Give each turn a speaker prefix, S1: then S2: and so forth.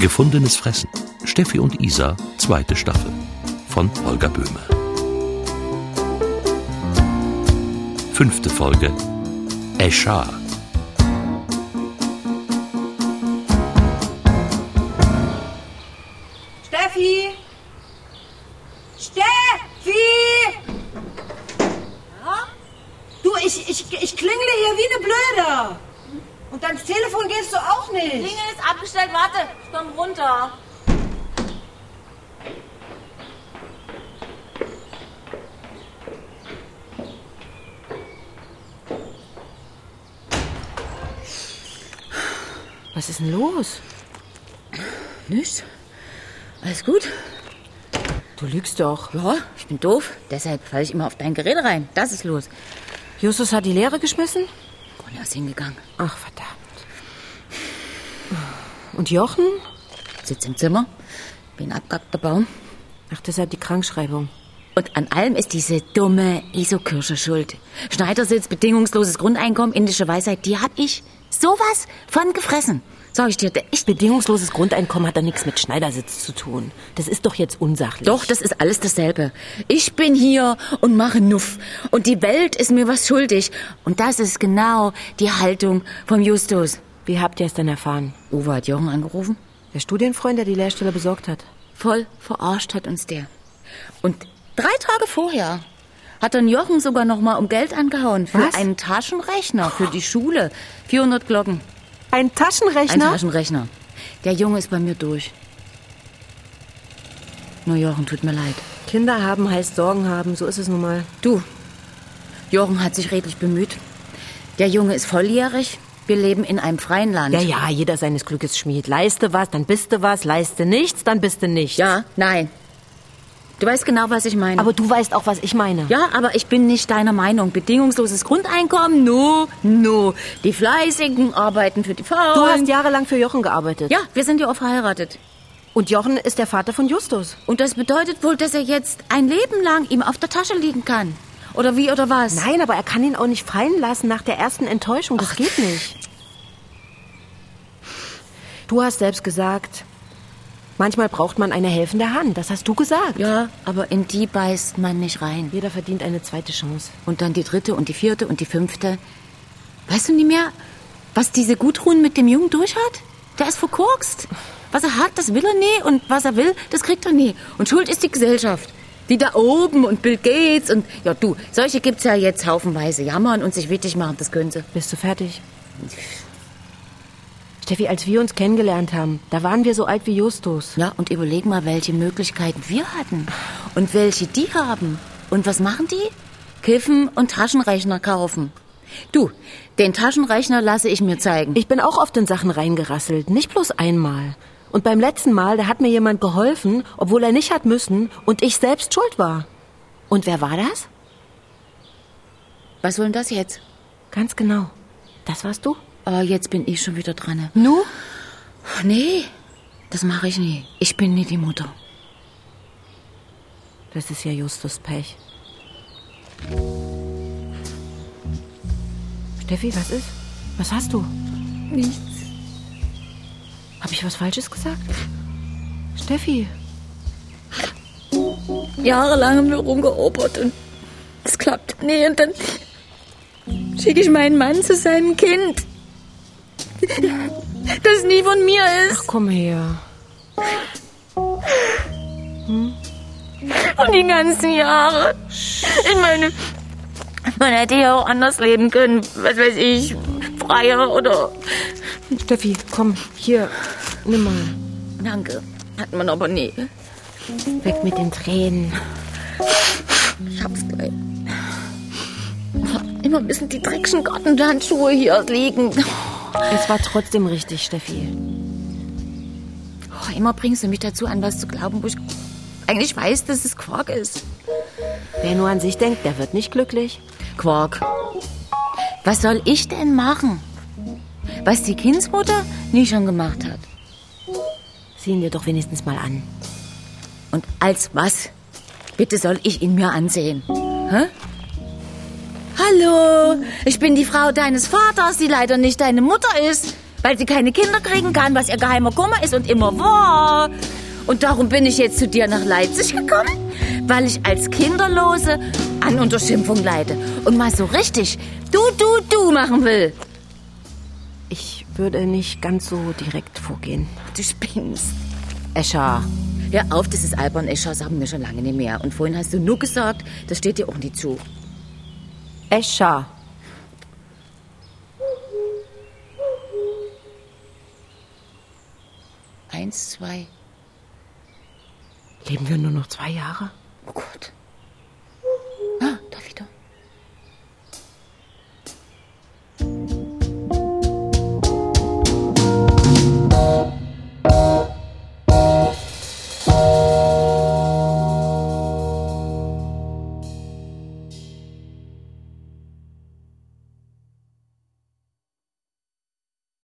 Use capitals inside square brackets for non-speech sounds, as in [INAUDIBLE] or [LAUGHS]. S1: Gefundenes Fressen. Steffi und Isa, zweite Staffel. Von Holger Böhme. Fünfte Folge. Eschar.
S2: Steffi! Steffi! Ja? Du, ich, ich, ich klingle hier wie eine Blöde. Und ans Telefon gehst du auch nicht.
S3: Klingel ist abgestellt, warte, ich komm runter.
S4: Was ist denn los? Nichts. Alles gut? Du lügst doch.
S5: Ja, ich bin doof. Deshalb falle ich immer auf dein Gerät rein. Das ist los.
S4: Justus hat die Lehre geschmissen?
S5: Ronja ist hingegangen.
S4: Ach, verdammt. Und Jochen?
S5: Sitzt im Zimmer, wie ein abgehackter Baum.
S4: Ach, deshalb die Krankschreibung.
S5: Und an allem ist diese dumme ISO-Kirsche schuld. Schneidersitz, bedingungsloses Grundeinkommen, indische Weisheit, die hab ich sowas von gefressen. Sag ich dir, ich
S4: Bedingungsloses Grundeinkommen hat da nichts mit Schneidersitz zu tun. Das ist doch jetzt unsachlich.
S5: Doch, das ist alles dasselbe. Ich bin hier und mache Nuff. Und die Welt ist mir was schuldig. Und das ist genau die Haltung vom Justus.
S4: Wie habt ihr es denn erfahren?
S5: Uwe hat Jochen angerufen.
S4: Der Studienfreund, der die Lehrstelle besorgt hat.
S5: Voll verarscht hat uns der. Und drei Tage vorher hat dann Jochen sogar noch mal um Geld angehauen. Für
S4: Was?
S5: einen Taschenrechner, für die Schule. 400 Glocken.
S4: Ein
S5: Ein
S4: Taschenrechner?
S5: Taschenrechner. Der Junge ist bei mir durch. Nur Jochen, tut mir leid.
S4: Kinder haben heißt Sorgen haben, so ist es nun mal.
S5: Du, Jochen hat sich redlich bemüht. Der Junge ist volljährig. Wir leben in einem freien Land.
S4: Ja, ja, jeder seines Glückes Schmied. Leiste was, dann bist du was. Leiste nichts, dann bist du nichts.
S5: Ja, nein. Du weißt genau, was ich meine.
S4: Aber du weißt auch, was ich meine.
S5: ja, aber ich bin nicht deiner Meinung. Bedingungsloses Grundeinkommen? No, no. Die Fleißigen arbeiten für die Faulen.
S4: Du hast jahrelang für Jochen gearbeitet.
S5: Ja, wir sind ja auch verheiratet.
S4: Und Jochen ist der Vater von Justus.
S5: Und das bedeutet wohl, dass er jetzt ein Leben lang ihm auf der Tasche liegen kann. Oder wie oder was?
S4: Nein, aber er kann ihn auch nicht fallen lassen nach der ersten Enttäuschung. Das geht nicht. Du hast selbst gesagt, manchmal braucht man eine helfende Hand. Das hast du gesagt.
S5: Ja, aber in die beißt man nicht rein.
S4: Jeder verdient eine zweite Chance.
S5: Und dann die dritte und die vierte und die fünfte. Weißt du nicht mehr, was diese Gudrun mit dem Jungen durchhat? Der ist verkorkst. Was er hat, das will er nie und was er will, das kriegt er nie. Und schuld ist die Gesellschaft. Die da oben und Bill Gates und... Ja, du, solche gibt's ja jetzt haufenweise. Jammern und sich wichtig machen, das können sie.
S4: Bist du fertig? Steffi, als wir uns kennengelernt haben, da waren wir so alt wie Justus.
S5: Ja, und überleg mal, welche Möglichkeiten wir hatten und welche die haben. Und was machen die? Kiffen und Taschenrechner kaufen. Du, den Taschenrechner lasse ich mir zeigen.
S4: Ich bin auch oft in Sachen reingerasselt, nicht bloß einmal. Und beim letzten Mal, da hat mir jemand geholfen, obwohl er nicht hat müssen und ich selbst schuld war. Und wer war das?
S5: Was soll denn das jetzt?
S4: Ganz genau. Das warst du?
S5: Oh, jetzt bin ich schon wieder dran. ne?
S4: Nu?
S5: Nee, das mache ich nie. Ich bin nie die Mutter.
S4: Das ist ja Justus Pech. Steffi, was ist? Was hast du?
S5: Nichts.
S4: Habe ich was Falsches gesagt? Steffi,
S5: Jahrelang haben wir rumgeobert und es klappt nie. Und dann schicke ich meinen Mann zu seinem Kind, das nie von mir [LAUGHS] ist.
S4: komm her.
S5: Und die ganzen Jahre. Ich meine, man hätte ja auch anders leben können. Was weiß ich, freier oder...
S4: Steffi, komm, hier, nimm mal.
S5: Danke, hat man aber nie.
S4: Weg mit den Tränen.
S5: Ich hab's gleich. Immer ein bisschen die dreckschen Gartenhandschuhe hier liegen.
S4: Es war trotzdem richtig, Steffi.
S5: Oh, immer bringst du mich dazu an, was zu glauben, wo ich eigentlich weiß, dass es Quark ist.
S4: Wer nur an sich denkt, der wird nicht glücklich.
S5: Quark. Was soll ich denn machen? Was die Kindsmutter nie schon gemacht hat.
S4: Sieh ihn dir doch wenigstens mal an.
S5: Und als was? Bitte soll ich ihn mir ansehen. Hä? Hallo, ich bin die Frau deines Vaters, die leider nicht deine Mutter ist. weil sie keine Kinder kriegen kann, was ihr geheimer Kummer ist und immer war. Und darum bin ich jetzt zu dir nach Leipzig gekommen, weil ich als Kinderlose an Unterschimpfung leide und mal so richtig du, du, du machen will.
S4: Ich würde nicht ganz so direkt vorgehen.
S5: Du spinnst.
S4: Escher,
S5: Hör auf, das ist albern, Escher, das haben wir schon lange nicht mehr. Und vorhin hast du nur gesagt, das steht dir auch nicht zu.
S4: Escher.
S5: Eins, zwei,
S4: Leben wir nur noch zwei Jahre?
S5: oh Gott. Ah,